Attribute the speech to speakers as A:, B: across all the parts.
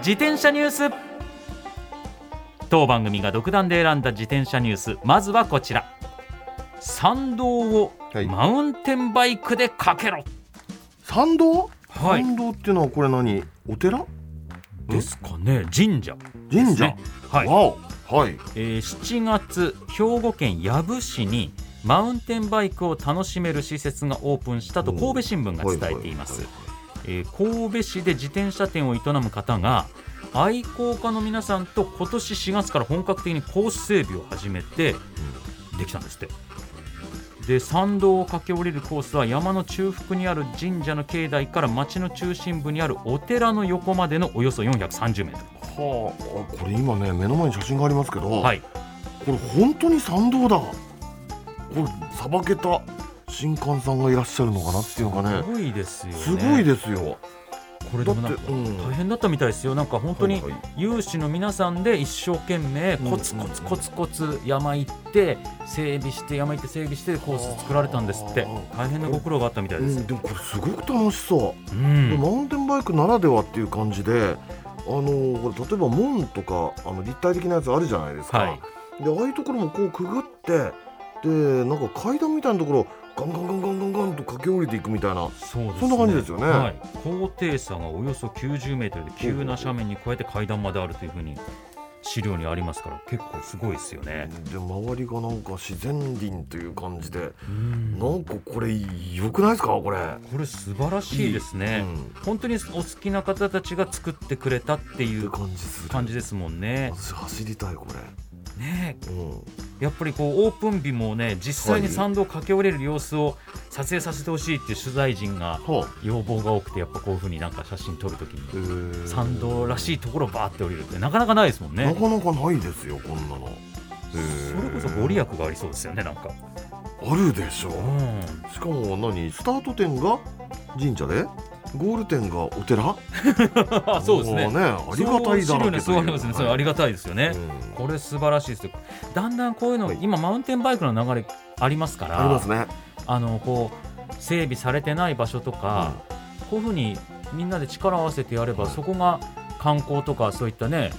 A: 自転車ニュース当番組が独断で選んだ自転車ニュースまずはこちら山道を
B: はい
A: マウンテンバイクで駆けろ、
B: 参道、
A: はい
B: 参道っていうのはこれ何お寺
A: ですかね神社
B: 神社、
A: ねはい、
B: わおはい
A: えー7月兵庫県養父市にマウンテンバイクを楽しめる施設がオープンしたと神戸新聞が伝えています
B: は
A: えー神戸市で自転車店を営む方が愛好家の皆さんと今年4月から本格的にコース整備を始めてできたんですってで参道を駆け下りるコースは山の中腹にある神社の境内から町の中心部にあるお寺の横までのおよそ4 3 0ル
B: いはいはいはああこれ今ね目の前に写真がありますけど、
A: はい
B: これ本当に参道だこれさばけた新幹さんがいらっしゃるのかなっていうのが
A: す
B: ね
A: ごいですよね
B: すごいですよ
A: これでもなんか
B: だってうん
A: 大変だったみたいですよなんか本当に
B: はいはい
A: 有志の皆さんで一生懸命コツコツコツコツ山行って整備して山行って整備してコース作られたんですって大変なご苦労があったみたいうです
B: ん、でもこれすごく楽しそうう、
A: ん
B: マウンテンバイクならではっていう感じであのほら例えば門とかあの立体的なやつあるじゃないですか、
A: はい
B: でああいうところもこうくぐってでなんか階段みたいなところをガンガンガンガンガンガンと駆け下りていくみたいな
A: そうですね
B: そんな感じですよね
A: はい、高低差がおよそ90メートルで急な斜面に加えて階段まであるというふうに資料にありますから結構すごいですよね、
B: で周りがなんか自然林という感じで
A: うん
B: なんかこれ良くないですかこれ、
A: これ素晴らしいですね、
B: うん
A: 本当にお好きな方たちが作ってくれたってい
B: って
A: う
B: 感じする
A: 感じですもんね。
B: 私走りたいこれ、
A: ね
B: うん、
A: えやっぱりこうオープン日もね実際に参道を駆け下りる様子を撮影させてほしいっていう取材陣が
B: はあ
A: 要望が多くてやっぱこういうふうになんか写真撮るときに
B: えー
A: 参道らしいところをバーって降りるってなかなかないですもん
B: な
A: ね。
B: かなかないですよこんなのそ
A: それこそご利益がありそうですよねなんか。
B: あるでしょ
A: うん
B: しかも何スタート点が神社でゴール点がお寺
A: あ そうですね。
B: ありがたい
A: そう資
B: だろ
A: 料にはそうありますね。それありがたいですよね。
B: うん
A: これ素晴らしいですよだんだんこういうの、
B: はい
A: 今マウンテンバイクの流れありますから
B: ありますね
A: あのこう整備されてない場所とか、こういうふうにみんなで力を合わせてやれば、
B: はい
A: そこが観光とかそういったね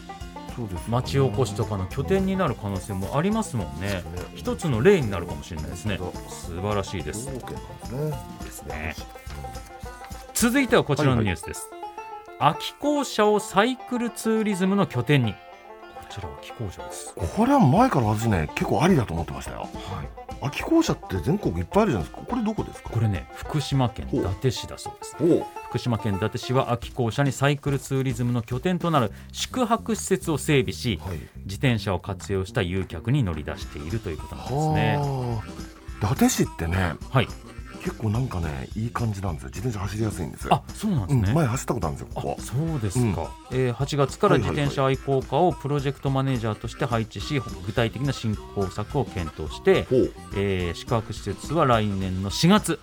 B: そうですよね
A: 町おこしとかの拠点になる可能性もありますもんね
B: そうですね
A: 一つの例になるかもしれないですね
B: そう
A: 素晴らしいです
B: 兵庫県なんですね
A: ですね続いてはこちらのニュースです、秋校舎をサイクルツーリズムの拠点にこちらは秋校舎です
B: これは前から私ね結構ありだと思ってましたよ
A: はい
B: 秋校舎って全国いっぱいあるじゃないですかこれどこですか
A: これね福島県伊
B: ほう
A: 達市だそうです
B: おう
A: 福島県伊達市は秋校舎にサイクルツーリズムの拠点となる宿泊施設を整備し
B: はい
A: 自転車を活用した誘客に乗り出しているということなんですね。
B: はあ伊達市ってね
A: はい、
B: 結構なんかねいい感じなんですよ自転車走りやすいんですよ
A: あそうなんですね。
B: うん、前走ったことあるんですよ
A: あ
B: ここ
A: そうですか、えー8月から
B: はいは
A: 自
B: いはい
A: 転車愛好家をプロジェクトマネージャーとして配置し、具体的な進行策を検討して、
B: ほう
A: えー宿泊施設は来年の4月、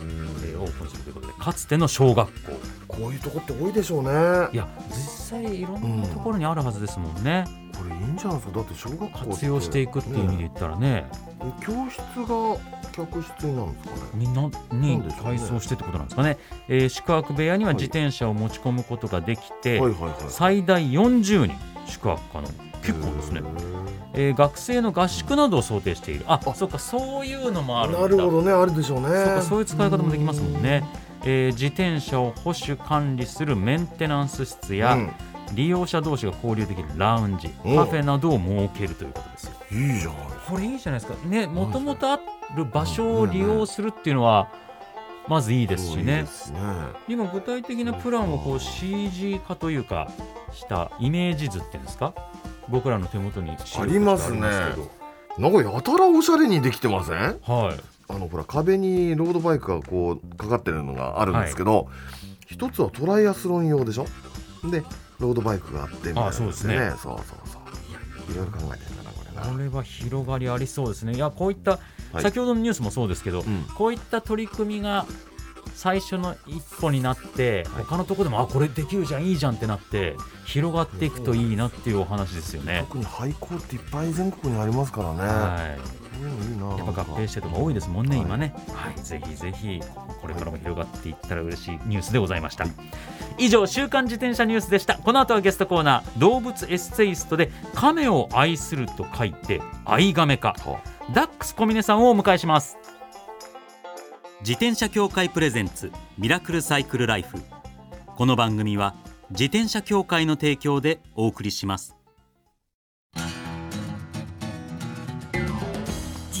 A: えーオープンするということでかつての小学校
B: こういうとこって多いでしょうね
A: いや実際いろんなところにあるはずですもんね、
B: これいいんじゃないですかだって小学校って
A: 活用していくっていう意味で言
B: ね
A: ったらね
B: え教室が客室になるんですかね
A: みんな
B: そ
A: に
B: うですよね
A: 改装してってことなんですかね、えー宿泊部屋には自転車を持ち込むことができて、
B: はいはいはい
A: 最大40人宿泊可能結構ですね、えー学生の合宿などを想定しているあ
B: あ
A: そうかそういうのもあ
B: な
A: るんだ
B: るほどねあるでしょうね
A: そうかそういう使い方もできますもんね、えー自転車を保守管理するメンテナンス室
B: い
A: や、利用者同士が交流できるラウンジ
B: うん
A: カフェなどを設けるということですよ
B: いいじゃないですか
A: これいいじゃないですかねもともとある場所を利用するっていうのはまずいいですし
B: いい
A: ね
B: ですね
A: 今具体的なプランをこ
B: う
A: うん CG 化というかしたイメージ図っていうんですか僕らの手元に資料として
B: ありますね
A: ありま
B: なんかやたらおしゃれにできてません
A: けどはい
B: あのほら壁にロードバイクがこうかかってるのがあるんですけど、一つはトライアスロン用でしょでロードバイクがあってみたいな
A: あそうですね
B: そうそうそういろいろ考えてるんだなこれな
A: これは広がりありそうですね。いやこういった、
B: はい
A: 先ほどのニュースもそうですけど、
B: ん
A: こういった取り組みが最初の一歩になって、
B: はい
A: 他のところでもあこれできるじゃんいいじゃんってなって広がっていくといいなっていうお話ですよね。
B: 特に廃校っていっぱい全国にありますからね、
A: はい。
B: こういうのいい
A: や
B: な
A: っぱ合併してるとこ多いですもんね、
B: はい
A: 今ね、はい、ぜひぜひこれからも広がっていったら嬉しいニュースでございました以上週刊自転車ニュースでしたこの後はゲストコーナー動物エッセイストで亀を愛すると書いて愛亀かダックス小峰さんをお迎えします
C: 自転車協会プレゼンツミラクルサイクルライフこの番組は自転車協会の提供でお送りします
D: 自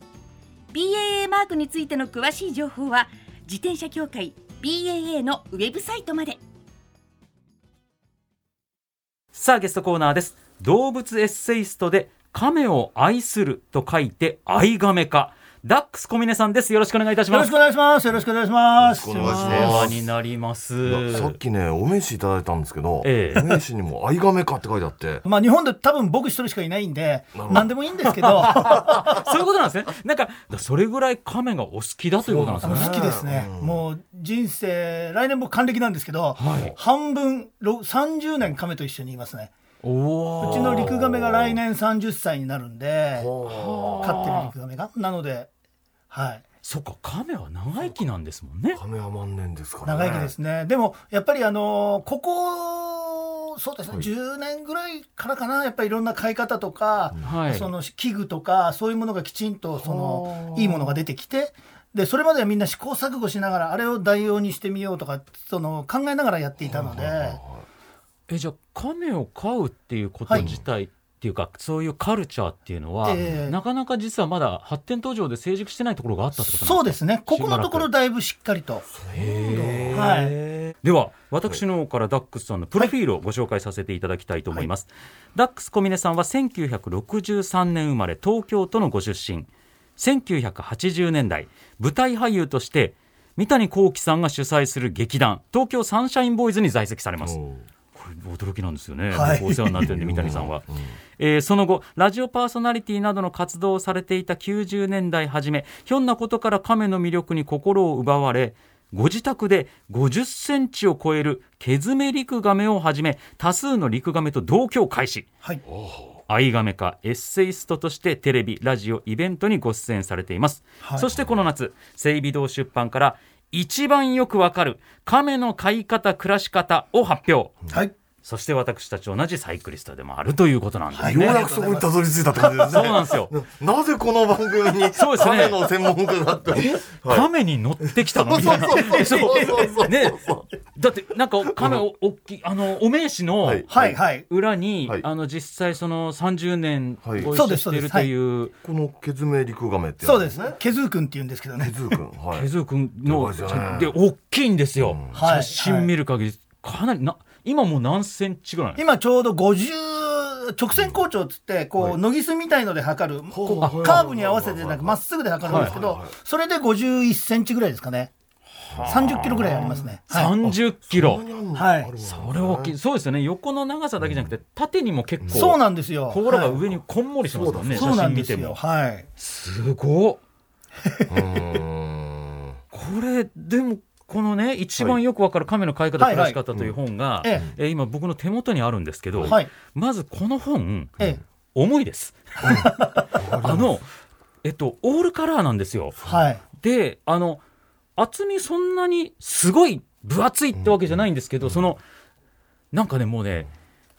D: BAA マークについての詳しい情報は自転車協会 BAA のウェブサイトまで
A: さあゲストコーナーです動物エッセイストで亀を愛すると書いて愛亀かダックス小峰さんですよろしくお願いいたし
E: よろ
A: ま
E: し
A: す
E: くお願いします。よろしくお願いします。
B: よろしくお願いし
A: お
B: ます
A: 世話になります
B: いやさっきねお名刺いただいたんですけど、
A: ええ
B: お名刺に も「愛がめか」って書いてあって
E: まあ日本で多分僕一人しかいないんで
B: なるほど、
E: 何でもいいんです けど、
A: そういうことなんですね。なんか、それぐらい亀がお好きだということなんです
E: 好
A: ね。
E: きですね。もう人生、来年僕還暦なんですけど、
A: はい
E: 半分、ろ30年亀と一緒にいますね。
A: お
E: う
A: ー
E: ちの陸亀が来年30歳になるんで、飼ってる陸亀が。なので、はい。
A: そっか、亀は長生きなんですもんね。
B: 亀は万年ですから、ね、
E: 長生きですね。でも、やっぱりあのーここ、そうですね、
B: はい
E: 10年ぐらいからかな、やっぱりいろんな買い方とか、
A: はい。
E: その器具とかそういうものがきちんとその
B: はあ
E: いいものが出てきてでそれまではみんな試行錯誤しながらあれを代用にしてみようとかその考えながらやっていたので
A: え、じゃあ、亀を飼うっていうこと自体、っていうかそういうカルチャーっていうのは、
E: ええ
A: なかなか実はまだ発展途上で成熟してないところがあったってこと
E: そう
A: で
E: ですねここのところだいぶしっかりと
A: す
E: はい
A: い、では私の方からダックスさんのプロフィールをご紹介させていただきたいと思います、ダックス小峰さんは1963年生まれ東京都のご出身1980年代舞台俳優として三谷幸喜さんが主催する劇団東京サンシャインボーイズに在籍されます
B: うん
A: これ驚きなんですよね、
E: はい
A: 僕お世話になってるんで三谷さん は、えーその後ラジオパーソナリティなどの活動をされていた90年代初めひょんなことから亀の魅力に心を奪われご自宅で50センチを超えるケズメリクガメをはじめ多数のリクガメと同居を開始
E: はい
A: 愛亀かエッセイストとしてテレビラジオイベントにご出演されています、
E: はい
A: そしてこの夏整備堂出版から一番よくわかる亀の飼い方暮らし方を発表
E: はい
A: そして私たち同じサイクリストでもあるということなんです
E: はい
A: ね。
B: ようやくそこにたどり着いたって感じです
A: そ
B: ね
A: うなんですよ。
B: ななぜこの番組 に
A: そうですね
B: 亀の 専門家があって、はい
A: 亀に乗ってきたのみたいな。
B: そうそうそうそうそうそう
A: ね、だってなんか亀を大きいあのお名刺の
B: はい
E: はいはい
A: 裏に、
B: はい
A: あの実際その30年ご
B: はい
A: 一
E: そ
A: 緒
E: うです
A: している
E: そ
A: と
E: うです
A: いう
B: このケズメリクガメってやつ
E: そうですねケズー君って言うんですけど
B: ケ
E: ね
B: ズー君は
A: 手
B: い
A: 塚君の
B: でかいですよね
A: で大きいんですよ。
E: はい
A: 写真見る限りかなりな今もう何センチぐらい。
E: 今ちょうど50直線校長っつってこう野木須みたいので測るこ
B: ほうほう
E: うカーブに合わせてじゃなくまっすぐで測るんですけ
B: はい
E: ど
B: はいはい
E: それで51センチぐらいですかね30キロぐらいありますねはい
A: 30キロ。
E: はい
A: それは大きい。そうですよね。横の長さだけじゃなくて縦にも結構。
E: そうなんですよ
A: 甲羅が上にこんもりしてますもんね、
E: そう
A: 写
E: な
A: 真
E: んで
A: 見
E: す
A: て
E: よ
A: も。
E: はい
A: すごっ
B: うーん
A: これでもこのね一番よくわかる亀の飼い方
E: はい
A: 暮らし方という本が、
E: え
A: えー今僕の手元にあるんですけど、
E: はい
A: まずこの本
E: ええ
A: 重い です。 あのえっとオールカラーなんですよ。
E: はい
A: であの厚みそんなにすごい分厚いってわけじゃないんですけど、そのなんかねもうね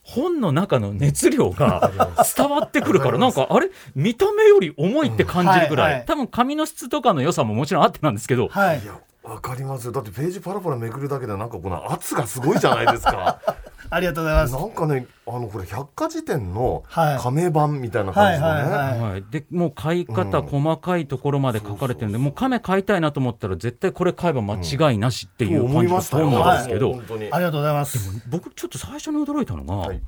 A: 本の中の熱量が伝わってくるからなんかあれ見た目より重いって感じるぐらい、
E: うんはい
A: 多分紙の質とかの良さももちろんあってなんですけど、
E: はい
B: いやわかりますよだってページパラパラめくるだけでなんかこの圧がすごいじゃないです か
E: ありがとうございます
B: なんかねあのこれ百科事典の
E: はい
B: 亀版みたいな感
E: は
B: じ
E: い
B: のね、
E: はいはい
A: はい、でもう買い方、
B: うん
A: 細かいところまで書かれてるんでもう亀買いたいなと思ったら絶対これ買えば間違いなしってい
B: と
A: う
B: 思
A: 感
B: い
A: じ
B: ま
A: の
B: したよ、
A: 本なんですけど、
B: 本当に
E: ありがとうございます
A: 僕ちょっと最初に驚いたのが、
B: はい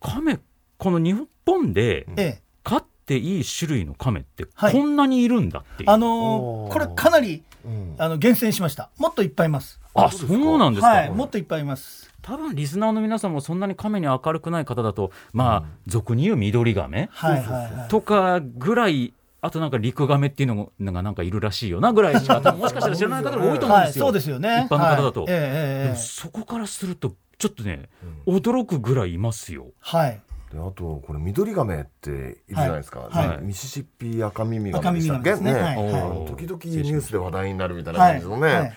A: 亀この日本で
E: ええ
A: 飼っていい種類の亀って
E: はい
A: こんなにいるんだっていう、
E: あの
B: お
E: ー
B: ー
E: これかなり
B: うん
E: あの厳選しましたもっといっぱいいます
A: あそうなんですか、
E: はいもっといっぱいいます
A: 多分リスナーの皆さんもそんなに亀に明るくない方だとまあ俗に言う緑亀
E: はいはいはい
A: とかぐらいあとなんか陸亀っていうのがなんかいるらしいよなぐらいし か多分もしかしたら知らない方が多いと思うん
E: は
A: で
E: い
A: すよ。
E: そうですよね
A: 一般の方だと
E: はいえええ
A: で
E: ええ
A: も
E: え
A: そこからするとちょっとね、驚くぐらいいますよ。
E: はい
B: であとこれ緑亀っているじゃないですか、
E: はいはい
B: ミミシシッピ赤耳亀でしたっけ
E: 赤耳亀ですねはい
A: はい
B: あの時々ニュースで話題になるみたいな
E: は
B: 感
E: い
B: じのね、
E: はい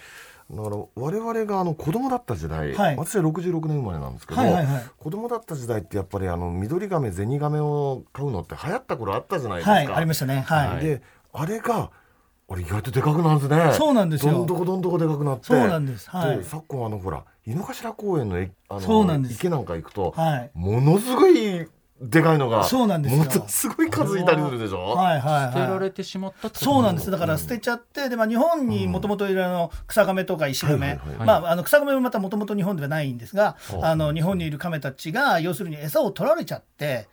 B: だから我々があの子供だった時代、
E: はい
B: 私は66年生まれなんですけど、
E: はいはいはい
B: 子供だった時代ってやっぱりあの緑亀ゼニガメを飼うのって流行った頃あったじゃないですか。
E: はいありましたねはい
B: であれがあれ意外とでかくなるんですね
E: そうなんですよ
B: どんどこどんどこでかくなって
E: そうなんですはい
B: 昨今あのほら井の頭公園のえあの
E: そうなんです
B: 池なんか行くと、
E: はい
B: ものすごいでかいのが
E: そうなんですよ
B: ものすごい数いたりするでしょ、
E: はいはいはい
A: 捨てられてしまったってこと
E: そうなんですだから捨てちゃって、でまあ、日本にもともといろいろあの草亀とか石
B: はい
E: 亀
B: はい
A: はい
E: まああの草亀もまたもともと日本ではないんですが
B: あ
E: あの日本にいる亀たちが要するに餌を取られちゃって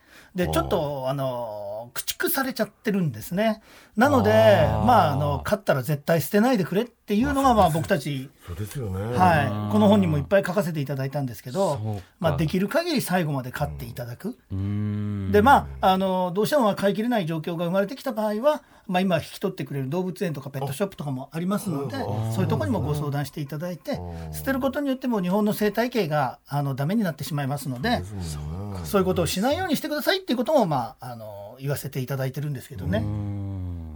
B: あ
E: でちょっとあの駆逐されちゃってるんですねなので
A: あ
E: まああの飼ったら絶対捨てないでくれっていうのがまあ僕たち、
B: そうですよね、
E: はい、この本にもいっぱい書かせていただいたんですけ
A: そう
E: ど
A: か、
E: まあ、できる限り最後まで飼っていただく。
A: うーん
E: でまあ、あのどうしても買い切れない状況が生まれてきた場合は、まあ、今引き取ってくれる動物園とかペットショップとかもありますのでそういうところにもご相談していただいて捨てることによっても日本の生態系があのダメになってしまいますのでそういうことをしないようにしてくださいっていうことも、まあ、あの言わせていただいてるんですけどね。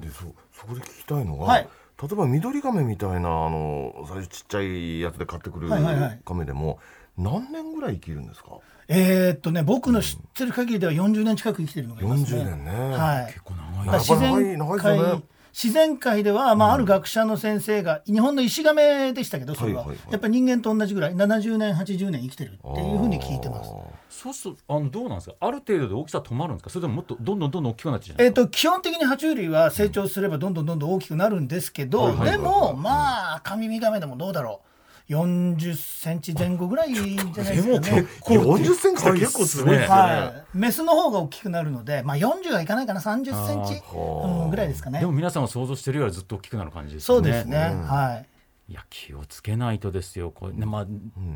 B: でそそこで聞きたいのが、
E: はい
B: 例えば緑亀みたいなあの最初ちっちゃいやつで買ってくる
E: はいはいはい
B: 亀でも、何年ぐらい生きるんですか
E: えーっとね僕の知ってる限りでは40年近く生きてるのがいますね。
B: 40年ね
E: はい、
A: 結構長い
E: だから自
B: やっ
E: 然
B: ぱ長い長い
E: 界
B: ですよね
E: 自然界では、まあ、ある学者の先生が、日本の石亀でしたけどそれは、
B: はいはいはい
E: やっぱり人間と同じぐらい70年80年生きてるっていうふうに聞いてます
B: あ。
A: そうするとあのどうなんですかある程度で大きさ止まるんですかそれとももっとどんどんどんどん大きくなってきて
E: え
A: る
E: ー、と基本的に爬虫類は成長すればどんどんどんどん大きくなるんですけど、
B: はいはいはい
E: でもまあカミミガメでもどうだろう40センチ前後ぐらいじゃないですかね。
B: ー40センチって結構すごいですよね、
E: はい、メスの方が大きくなるので、まあ、40はいかないかな30センチ、うん、ぐらいですかね
A: でも皆さんが想像してるよりはずっと大きくなる感じです
E: そ
A: よ
E: う
A: ね
E: ですね、はい
A: いや気をつけないとですよこれ、ねまあ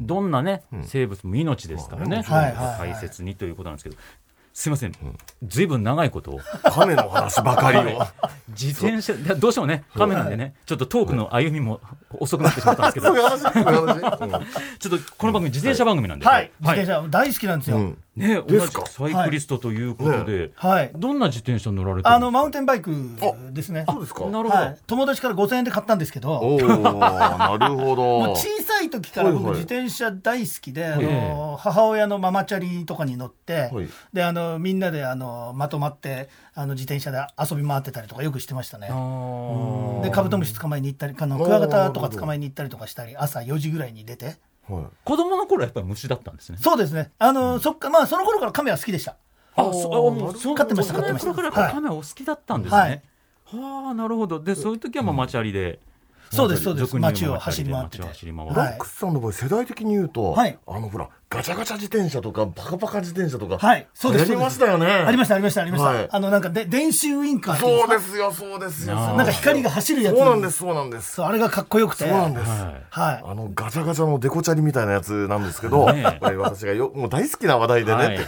A: どんなね、生物も命ですからね、
E: まあねはいはいはい
A: 大切にということなんですけどすいません、ずいぶん長いことを
B: 亀の話ば かりを
A: 自転車いやどうしてもねカメなんでねちょっとトークの歩みも遅くなってしまったんですけど
B: そういう話そういう話うん
A: ちょっとこの番組自転車番組なんで、
E: はい、自転車大好きなんですよ、
A: ね同
B: で
A: じ
B: すか
A: サイクリストということで、
E: はい
A: どんな自転車乗られてる
E: あ
A: ん
E: の
A: で
E: マウンテンバイクですね
B: そうですか
A: すかなるほど、
E: はい、友達から5000円で買ったんですけど
B: おーなるほ
E: も
B: ど
E: う小さい時から僕
B: はいはい
E: 自転車大好きで、
A: い
E: あの母親のママチャリとかに乗って、
B: はい
E: であのみんなであのまとまってあの自転車で遊び回ってたりとかよくしてましたね
A: あ。ー
E: でカブトムシ捕まえに行ったりあの
B: おー
E: クワガタとか捕まえに行ったりとかしたり朝4時ぐらいに出て
B: はい
A: 子供の頃はやっぱり虫だったんですね
E: そうですねあの、そっかまあその頃から亀は好きでした。
A: あそうあもうそう
E: 飼ってました
A: そんな
E: 飼ってました
A: 頃から
E: はい
A: カメお好きだったんですね、
E: は
A: はいあなるほどでそういう時はまあ街ありで、
E: そうですそうです
A: 俗に言
E: 街を
A: 街あり
E: 走
A: で
E: り回ってて
A: 街を走り回る
E: は
B: ラ
E: い
B: ックスさんの場合世代的に言うと、
E: はい
B: あのほらガチャガチャ自転車とかバカバカ自転車とか、
E: はいそうです
B: やりましたよね
E: ありましたありましたありました、
B: はい
E: あのなんかで電子ウインカーってい
B: そ
E: ん
B: う
E: で
B: です
E: か
B: すよそうですよ
A: な
E: なんか光が走るやつ
B: そうなんですそうなんです
E: そうあれがかっこよくて
B: そうなんです、
A: は
E: はい
B: あのガチャガチャのデコチャリみたいなやつなんですけど、
A: ねえ
B: これ私がよもう大好きな話題
A: い、
B: でね、
A: はい、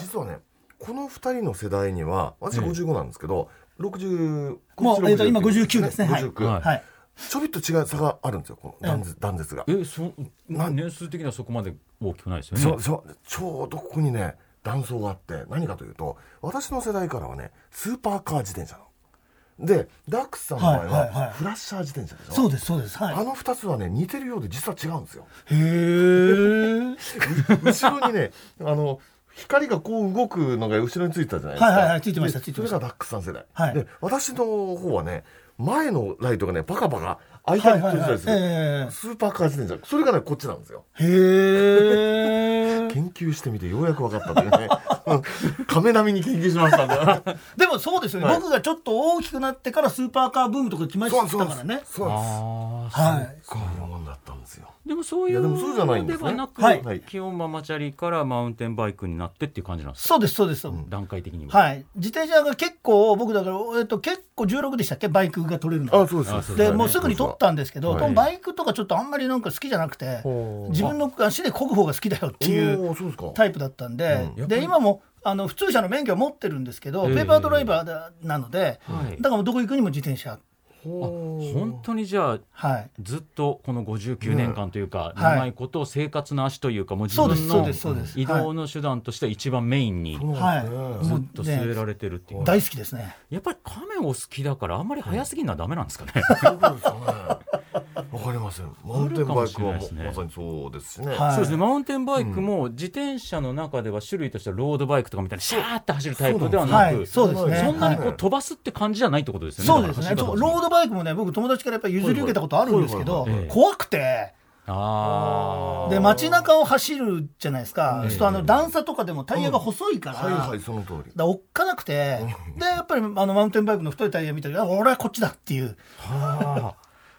B: 実はねこの2人の世代には私
A: ええ
B: 55なんですけど、60
E: もう、えー、と今
B: 59
E: 59ですね。はい。
B: 59
A: はい
E: はい
B: ちょびっと違う差があるんですよこの断絶断絶が、
A: えそ
B: なん
A: 年数的にはそこまで大きくないですよね
B: そうそうちょうどここにね断層があって何かというと私の世代からはねスーパーカー自転車なのでダックスさんの場合
E: はいはいは
B: はいフラッシャー自転車でしょ、
E: そうですそうですはい
B: あの2つはね似てるようで実は違うんですよ
E: へえ
B: 後ろにねあの光がこう動くのが後ろについてたじゃないですか。
E: はいはいはいついてました
B: で
E: ついてました
B: それがダックスさん世代。
E: はい
B: で私の方はね前のライトがねパカパカ開いたり閉じたりする、
E: はいはいはいええ
B: スーパーカー自転車それがねこっちなんですよ。
E: へえ
B: 研究してみてようやく分かったというね 亀並みに研究しましたん で
E: でもそうですよね、
B: はい
E: 僕がちょっと大きくなってからスーパーカーブームとか来まし
B: そう
E: たからね
B: そうなんです
A: あー
E: はい
B: そうなんですこういうもんだったんですよ
A: でもそうい
B: いうやでもそうじゃないんですね
A: ではなく、
E: はい
B: はい
A: 基本ママチャリからマウンテンバイクになってっていう感じなんです
E: そうですそうです、
A: か段階的には、
E: はい自転車が結構僕だから、えっと、結構16でしたっけバイクが取れるの
B: あそうです
A: あ
B: そう
A: そう
E: で
A: だね
E: もうすぐに取ったんですけど、
B: はい
E: バイクとかちょっとあんまりなんか好きじゃなくて
B: ほう
E: 自分の足で漕ぐ方が好きだよっていう
B: おーそうですか
E: タイプだったんで、
A: うん
E: で今もあの普通車の免許は持ってるんですけど、
A: ええ
E: ペーパードライバーだなので、
A: はい
E: だからもうどこ行くにも自転車
B: ほう
A: 本当にじゃあ
E: はい
A: ずっとこの59年間というか、
E: はい
A: 長いことを生活の足というかもう自
E: そうです
A: 分
E: そう
A: の
E: ですそうです
A: 移動の手段としては一番メインに
B: そうなんですね
E: はい
A: ず
E: も
A: っ
E: う
A: と
E: ね
A: 据えられてるっていう、
E: 大好きですね
A: やっぱり亀お好きだからあんまり早すぎるのはダメなんですかね、
B: そういうことですよね。わかりません。マウンテンバイクは
A: あるかもしれないで
B: も
A: す
B: う
A: ね
B: まさにそうですしね。
E: はい
A: そうですねマウンテンバイクも自転車の中では種類としてはロードバイクとかみたいにシャーって走るタイプではな
E: は
A: く
E: いそうですね
A: そんなにこ
B: は
A: う
B: い
A: 飛ばすって感じじゃないってことですよね
E: そうですね
A: だ
E: ち
A: から
E: ょ
A: 走り方
E: ロードバイクもね僕友達からやっぱり譲り受けたことあるんですけ
B: は
E: ど
B: い
A: はいはいはい
E: 怖くて
A: あ
E: で街中を走るじゃないですか
A: ええ
E: ちょっとあの段差とかでもタイヤが細いから
B: はいはい
E: だ
B: その通り。
E: からおっかなくてでやっぱりあのマウンテンバイクの太いタイヤ見たらあ俺はこっちだっていう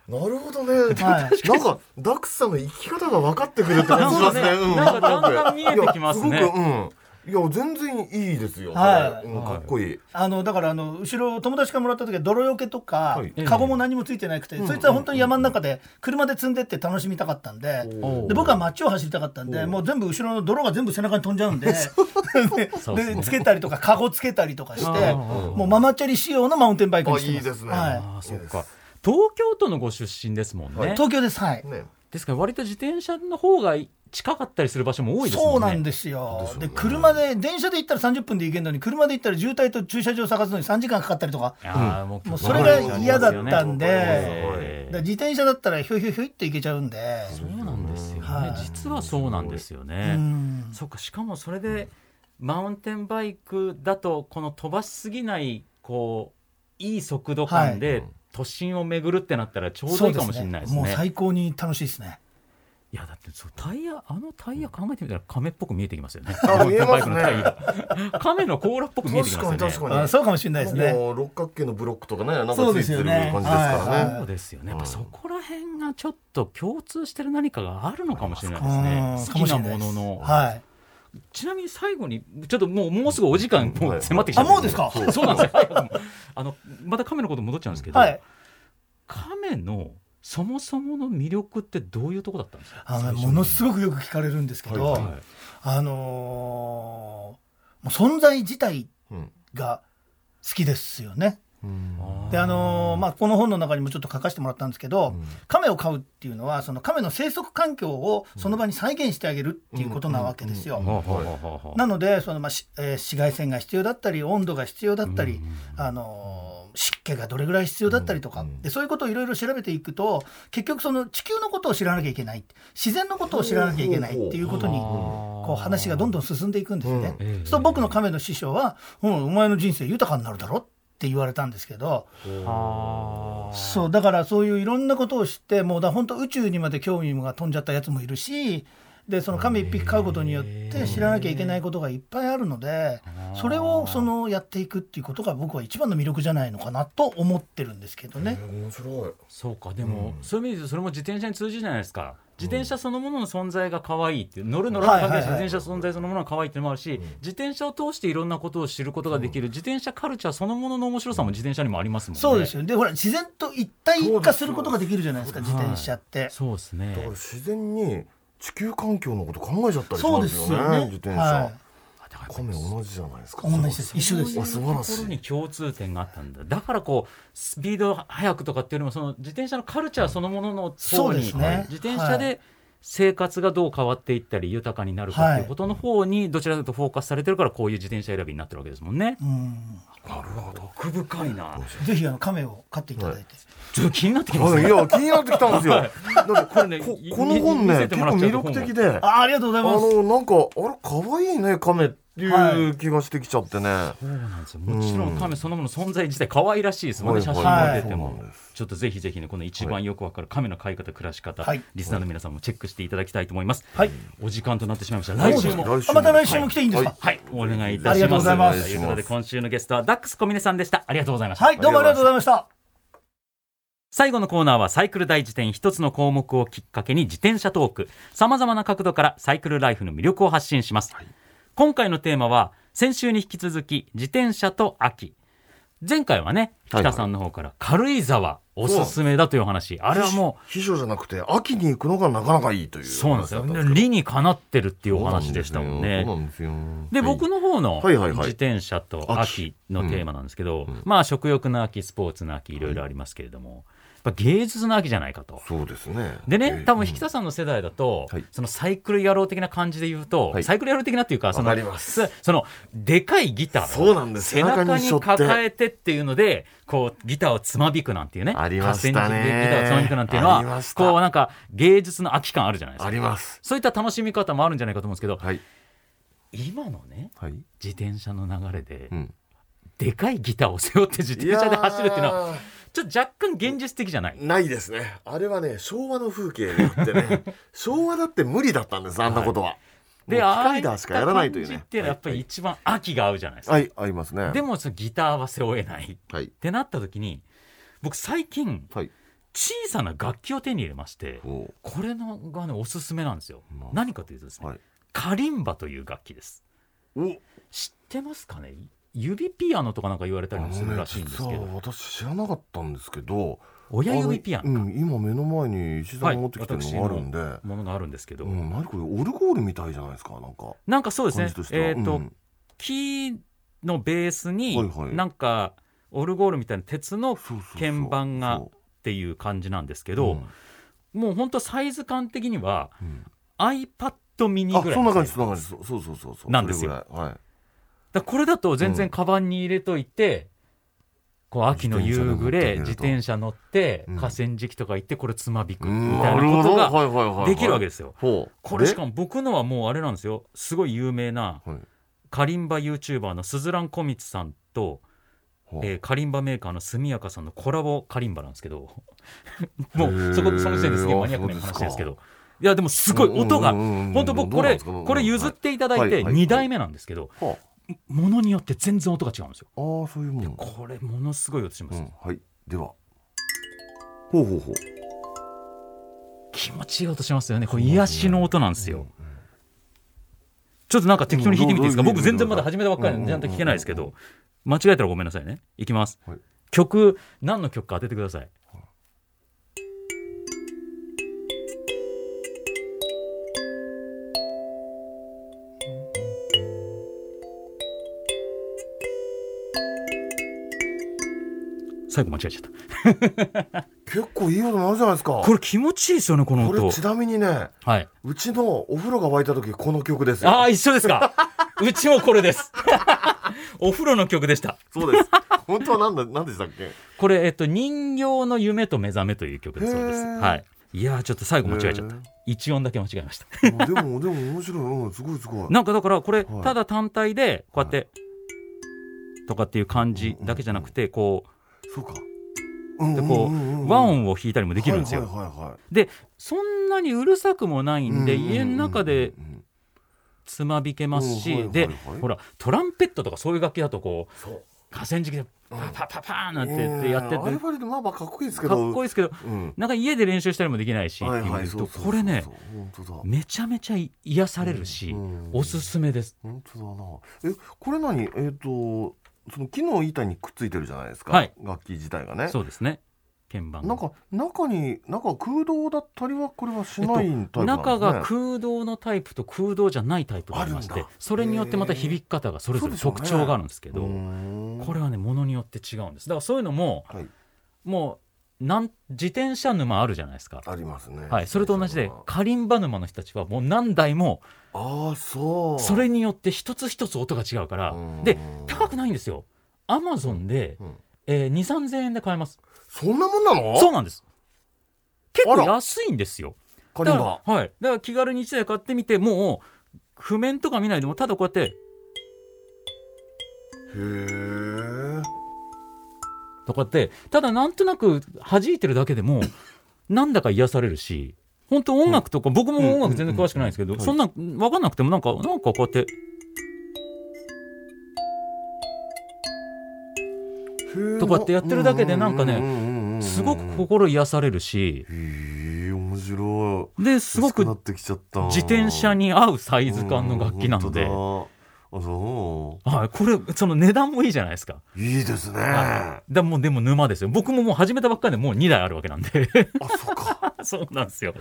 B: なるほどね。
E: は
B: なんかダックスさんの生き方が分かってくれって感じしますね。う
A: なんかねなんかだんだん見えてきますね
B: いやごくうん。いや全然いいですよ。
E: はい
B: それうんかっこいい。
E: あのだからあの後ろ友達からもらった時は泥よけとか、
B: はい
E: カゴも何もついてなくて、そいつは本当に山の中で車で積んでって楽しみたかったんで,、
A: おう
E: で僕は街を走りたかったんで、もう全部後ろの泥が全部背中に飛んじゃうんで で
A: そうですね
E: でつけたりとかカゴつけたりとかして
A: ああ
E: もうママチャリ仕様のマウンテンバイクにしてます
B: あいいですね
E: は
A: あーそっか東京都のご出身ですもんね、
E: い、東京ですはい、
B: ね。
A: ですから割と自転車の方が近かったりする場所も多いですもんね
E: そうなんですよで車で電車で行ったら30分で行けるのに車で行ったら渋滞と駐車場探すのに3時間かかったりとか
A: あーもう
E: もうそれが嫌だったんで、
A: え
E: だ
A: え
E: から自転車だったらひょいひょいひょいって行けちゃうんで、
A: そうなんですよね、
E: はい
A: 実はそうなんですよね、
E: うん
A: そうかしかもそれでマウンテンバイクだとこの飛ばしすぎないこういい速度感で、都心を巡るってなったらちょうどいいかもしれないですね
E: もう最高に楽しいですね。
A: いやだってそうタイヤあのタイヤ考えてみたら亀っぽく見えてきますよね
B: あ見え
A: マウンテ
B: ますね
A: ンバイクのタイヤ亀の甲羅っぽく見えてきますよね
B: 確かに確かに
E: あそうかもしれないですね。
B: もう六角形のブロックとかね、なんかつ
E: そうで
B: い
E: す
B: て
E: よ
B: る
E: ね
B: 感じですから
E: はい
B: ね。
A: そうですよね、
B: う
A: や
B: ん
A: っぱそこら辺がちょっと共通してる何かがあるのかもしれないですね、
E: うん
A: 好きなものの、
E: はい。
A: ちなみに最後に、ちょっともうもうすぐお時間、もう迫ってきちゃ
E: あ
A: った
E: もうですか。
A: そうなんですよ、早くもあのまた亀のこと戻っちゃうんですけど、
E: はい。
A: 亀のそもそもの魅力ってどういうとこだったんですか、
E: あのものすごくよく聞かれるんですけど、
B: はい
A: はい
E: あのーもう存在自体
B: うん
E: が好きですよね。
B: うん
E: であのーまあこの本の中にもちょっと書かせてもらったんですけど、亀を飼うっていうのはその亀の生息環境をその場に再現してあげるっていうことなわけですよ。
A: はあはあはあはあ
E: なのでその、まあしえー紫外線が必要だったり温度が必要だったり、あのー湿気がどれぐらい必要だったりとか、でそういうことをいろいろ調べていくと結局その地球のことを知らなきゃいけない自然のことを知らなきゃいけないっていうことにこう話がどんどん進んでいくんですよね。
A: うんええ
E: そうすると僕の亀の師匠は「うんお前の人生豊かになるだろ」って言われたんですけど
A: あー
E: そうだからそういういろんなことを知ってもうだ本当宇宙にまで興味が飛んじゃったやつもいるしでその亀一匹飼うことによって知らなきゃいけないことがいっぱいあるのでそれをそのやっていくっていうことが僕は一番の魅力じゃないのかなと思ってるんですけどね。
B: 面白い。
A: そうかでも、そういう意味で言うとそれも自転車に通じるじゃないですか自転車そのものの存在が可愛いっていう乗る乗らない関係なし
E: はいはいはい
A: 自転車存在そのものが可愛いっていうのもあるし、自転車を通していろんなことを知ることができる、自転車カルチャーそのものの面白さも自転車にもありますもんね
E: そうですよでほら自然と一体化することができるじゃないですか
A: そうです
E: 自転車って。
A: そうですね
B: だから自然に地球環境のこと考えちゃったりし
E: そう
B: ま
E: ですす
B: よ
E: よ
B: ね。
E: ね。
B: 自転車。
E: は
A: だから
B: 亀同じじゃないですか。
E: 同じです一緒です
B: あ素晴ら
A: とこ
B: し
A: ろ
B: い
A: に。共通点があったんだだからこうスピード速くとかっていうよりもその自転車のカルチャーそのものの
E: そう
A: に
E: ですね
A: 自転車
E: は
A: で生活がどう変わっていったり豊かになるかっていうことの方にどちらかというとフォーカスされてるからこういう自転車選びになってるわけですもんね。
E: うん
B: なるほど。
A: 奥深いな
E: ぜひあの亀を飼っていただいて、
A: ちょっと気になってきます
B: あい
A: ね。
B: や気になってきたんですよ。だってこ
A: これね
B: ここの本
A: 見
B: ね
A: せて
B: 結
A: もら
B: 構
A: っちゃ
B: 魅
A: うと
B: 力的で、あ
E: あありがとうございます
B: のなんかあれ可愛いね亀って
E: は
B: いう気がしてきちゃってね。
A: そうなんですよもちろん亀そのもの存在自体可愛らしいですもんね
B: は
A: 写
B: いはい
A: 真
E: は
A: が
E: い
A: 出ても、
B: そうなんで
A: ちょっとぜひぜひねこの一番よくわかる亀の飼い方暮らし方、
E: はい
A: リスナーの皆さんもチェックしていただきたいと思います、
E: はい
A: お時間となってしまいました
E: そ
A: 来
E: うです
A: 週
E: ね
A: も
B: 来週
E: あ
B: も
E: また来週も来ていいんですか
A: はい、お願いいたします。
E: ありがとうございます
A: ということで、今週のゲストはダックス小峰さんでした。ありがとうございました。
E: はい、どうもありがとうございました
A: 最後のコーナーはサイクル大辞典一つの項目をきっかけに自転車トーク。様々な角度からサイクルライフの魅力を発信します。今回のテーマは、先週に引き続き、自転車と秋。前回はね、
B: はい
A: 北さんの方から軽井沢おすすめだというお話。あれはも
B: 秘書じゃなくて秋に行くのがなかなかいいという
A: う、
B: 話
A: そうなんですよ。
B: だった
A: 理にかなってるっていうお話でしたもんね。
B: そうなんですよ。そうなんす
A: で、
B: よ
A: 僕の方の
B: はいはいはい
A: 自転車と秋のテーマなんですけど、
B: んうん
A: まあ食欲の秋、スポーツの秋、いろいろありますけれども、やっぱ芸術の秋じゃないかと。
B: そうですね。
A: で
B: え
A: ね
B: ー、
A: 多分、引田さんの世代だと、
B: はい
A: そのサイクル野郎的な感じで言うと、
B: はい
A: サイクル野郎的なっていうか、その
B: わかりま、
A: すその、でかいギター
B: そうなんです
A: 背中
B: 背中
A: に
B: に背負って
A: 抱えてっていうので、こう、ギターをつまびくなんていうね。
B: ありました
A: 河
B: ね
A: 川敷でギターをつまびくなんていうの
B: ありま
A: は、
B: した
A: こう、なんか、芸術の秋感あるじゃないです
B: あ
A: か。
B: ります。
A: そういった楽しみ方もあるんじゃないかと思うんですけど、
B: はい
A: 今のね、
B: はい。
A: 自転車の流れで、
B: うん。
A: でかいギターを背負って自転車で走るっていうのは、
B: いや
A: ちょっと若干現実的じゃない
B: ーないですね。あれはね昭和の風景であっ てね、昭和だって無理だったんですあんなことは。
A: で、
B: もう機
A: ああい
B: 械
A: った
B: だしかやらないという
A: 感
B: ね
A: じっ。てやっぱり一番秋が合うじゃないですか。
B: はいありますね。
A: でもそのギターは背負えないっ
B: はい
A: てなった時に、僕最近
B: はい。
A: 小さな楽器を手に入れまして、
B: おう
A: これのがねおすすめなんですよ
B: まあ。
A: 何かというとですね、
B: はい。
A: カリンバという楽器です。
B: お
A: 知ってますかね？指ピアノとかなんか言われた
B: あ
A: り
B: の
A: もする
B: ね
A: らしいんです
B: 実
A: け
B: は
A: ど、
B: 私知らなかったんですけど
A: 親指ピア
B: あ
A: ノ
B: のうん、今目の前に石田
A: は
B: が
A: い
B: 持ってきてるのがあるんで、
A: かものがあるんですけど、
B: うん、何これオルゴールみたいじゃないですかなんか
A: なんかそうです
B: 感
A: ね
B: じとし。ては
A: えっ、と、
B: うん
A: 木のベースに、
B: はいはい
A: なんかオルゴールみたいな鉄のっ
B: そうそうそう
A: 鍵盤が
B: そう
A: ていう感じなんですけど、もう本当サイズ感的には
B: うん
A: iPad ミニ
B: あ
A: ぐらい
B: そん
A: の
B: な
A: サ
B: 感
A: イ
B: じ
A: ズ
B: そんな感じそうそうそうそうそう
A: なんですよ
B: それぐらいは
A: だ
B: い
A: からこれだと全然カバンに入れといて、こう秋の夕暮れ自
B: 自
A: 転
B: 転
A: 車乗って
B: うん
A: 河川敷とか行ってこれつまびく
B: う
A: み
B: ん
A: たい
B: な
A: な
B: る
A: こ
B: ほ
A: と
B: ど
A: が
B: はいはいはいはい
A: できるわけですよ。
B: ほう
A: これしか
B: も
A: も僕のはもうあれなんですよすごい有名な
B: はい
A: カリンバ YouTuber のすずらんこみつさんと、
B: ほう
A: えーカリンバメーカーの速やかさんのコラボカリンバなんですけど も
B: へ
A: う
B: ー
A: そこその時点ですげえマニアックな話ですけどいやでもすごい音が
B: うんうんうんうん
A: 本当僕こ
B: どうなん
A: れ
B: ですか
A: これ譲っていただい
B: は
A: て
B: いはい
A: 2代目なんですけど
B: は
A: ものによって全然音が違うんですよ
B: ああーそういうもん
A: これものすごい音しま
B: う
A: す
B: んはいではほうほうほう
A: 気持ちいい音しますよねこれ癒しの音なんですよちょっとなんか適当に弾いてみていいですか
B: うん
A: 僕全然まだ始めたばっかりなんで
B: う
A: ち
B: ん
A: ゃんと弾けないですけど間違えたらごめんなさいねいきます
B: はい
A: 曲何の曲か当ててください最後間違えちゃった
B: 結構いい音なるじゃないですか
A: これ気持ちいいですよねこの
B: これ
A: 音
B: ちなみにね
A: はいう
B: ちのお風呂が沸いた時この曲ですよ
A: ああ、一緒ですか。うちもこれです。 お風呂の曲でした。
B: そうです 本当はなんだなんでしたっけ
A: これ、えっと、人形の夢と目覚めという曲だそうです。
B: へー
A: はい。いやー、ちょっと最後間違えちゃった
B: へー。
A: 一音だけ間違えました。
B: でもでも面白い、うん、すごいすごい。
A: なんかだから、これ、
B: はい
A: ただ単体で、こうやって、とかっていう感じだけじゃなくて、こ
B: そうか。うん
A: う、でこう、和音を弾いたりもで
B: で
A: きるんですよ。
B: はいはいは
A: で、そんなにうるさくもない
B: い
A: んで、
B: うんうんうん
A: 家の中で
B: うん
A: つまびけます
B: うんはい
A: し、
B: はい
A: で
B: はい、
A: ほら、トランペットとかそういう楽器だと、こう、
B: そう。
A: 河川敷で、パッパッパッパーンなんて言って
B: え
A: やってて、
B: ーあれはあれでまあまあかっこいいですけ
A: か
B: ど。
A: っこいいですけど、
B: うん。
A: なんか家で練習したりもできないし、
B: はいは
A: ってい
B: い
A: う
B: そ
A: の
B: う
A: と
B: そうそうそう。
A: これね、
B: 本当だ。
A: めちゃめちゃ癒されるし、
B: うん
A: おすすめです。
B: 本当だな。え、これ何？えっ、と、その木の板にくっついてるじゃないですか。
A: はい
B: 楽器自体がね。
A: そうですね。鍵盤
B: なんか中に中空洞だったりはこれはしないタイプなんですね、
A: 中が空洞のタイプと空洞じゃないタイプがありまし
B: ある
A: て
B: んだ
A: それによってまた響き方がそれぞれ
B: そうで
A: 特
B: しょうね
A: 徴があるんですけど
B: うーん
A: これはねものによって違うんですだからそういうのも
B: はい
A: もうなん自転車沼あるじゃないですか、
B: ありますね
A: はい、それと同じでカリンバ沼の人たちはもう何台も
B: ああそう
A: それによって一つ一つ音が違うから
B: うん
A: で高くないんですよアマゾンで、
B: うん
A: えー、2 3千円で買えます
B: そんなもんなの
A: そうなんです結構
B: あら
A: 安いんですよ
B: カリン
A: だ
B: バ
A: からはい、だから気軽に1台買ってみてもう譜面とか見ないでもただこうやって
B: へえ
A: とかってただなんとなく弾いてるだけでも なんだか癒されるし本当音楽とか、僕も音楽全然詳しくないんですけど、
B: うんうん
A: そんな分かんなくてもなんかなんかこうやってとかってやってるだけでなんかね
B: ね
A: すごく心癒されるし
B: へえ面白い
A: ですごく
B: 薄なってきちゃった
A: 自転車に合うサイズ感の楽器なの
B: う
A: で
B: ん。本当だあそ
A: はい、これその値段もいいじゃないですか。
B: ういいですね
A: は
B: あ
A: い、だもうでも沼ですよ。僕ももう始めたばっかりでもう2台あるわけ なんで。
B: そっか
A: そうなんですよ。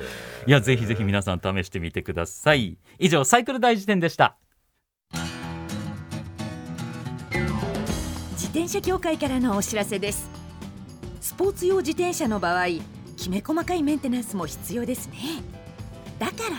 A: いや、ぜひぜひ皆さん試してみてください。以上、サイクル大辞典でした。
D: 自転車協会からのお知らせですスポーツ用自転車の場合きめ細かいメンテナンスも必要ですねだから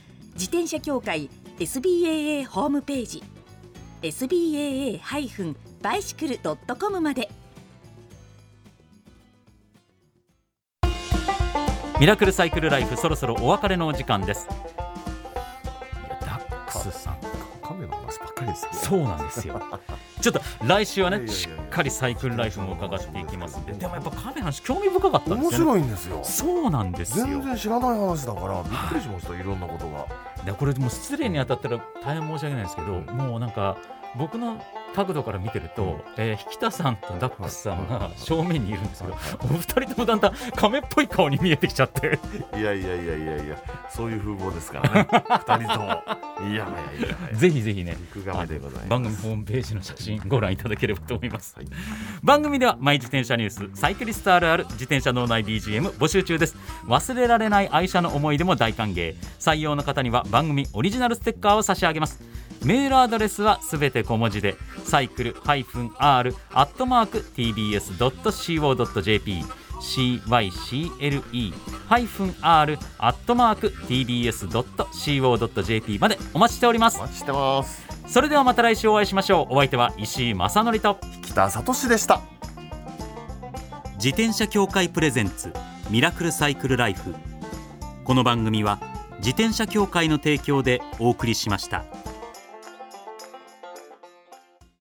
D: 自転車協会 SBAA ホームページ SBAA-bicycle.com まで
A: ミラクルサイクルライフ、そろそろお別れのお時間です。いやダックスさん、
B: カメの話ばっかりですね
A: そうなんです よ。ちょっと来週はね、しっかりサイクルライフも伺っていきますんで、でもやっぱカメの話、興味深かったですよ
B: 面
A: ね。
B: 白いんですよ
A: そうなんですよ。
B: 全然知らない話だからびっくりしましたいろんなことが
A: でこれもう失礼に当たったら大変申し訳ないですけど、もうなんか僕の角度から見てると、えー引田さんとダックスさんが正面にいるんですけど、お二人ともだんだん亀っぽい顔に見えてきちゃって、
B: いやいやいやいやいやそういう風貌です からね二人ともいやいやいや
A: ぜひぜひね
B: 肉亀でござ
A: あ
B: います
A: の番組ホームページの写真ご覧いただければと思います、番組ではマイ自転車ニュースサイクリストあるある自転車脳内 BGM 募集中です忘れられない愛車の思い出も大歓迎採用の方には番組オリジナルステッカーを差し上げますメールアドレスはすべて小文字でサイクル -r アットマーク tbs.co.jp cycle-r アットマーク tbs.co.jp までお待ちしております
B: お待ちしてます
A: それではまた来週お会いしましょうお相手は石井正則と
B: 北里志でした
C: 自転車協会プレゼンツミラクルサイクルライフこの番組は自転車協会の提供でお送りしました。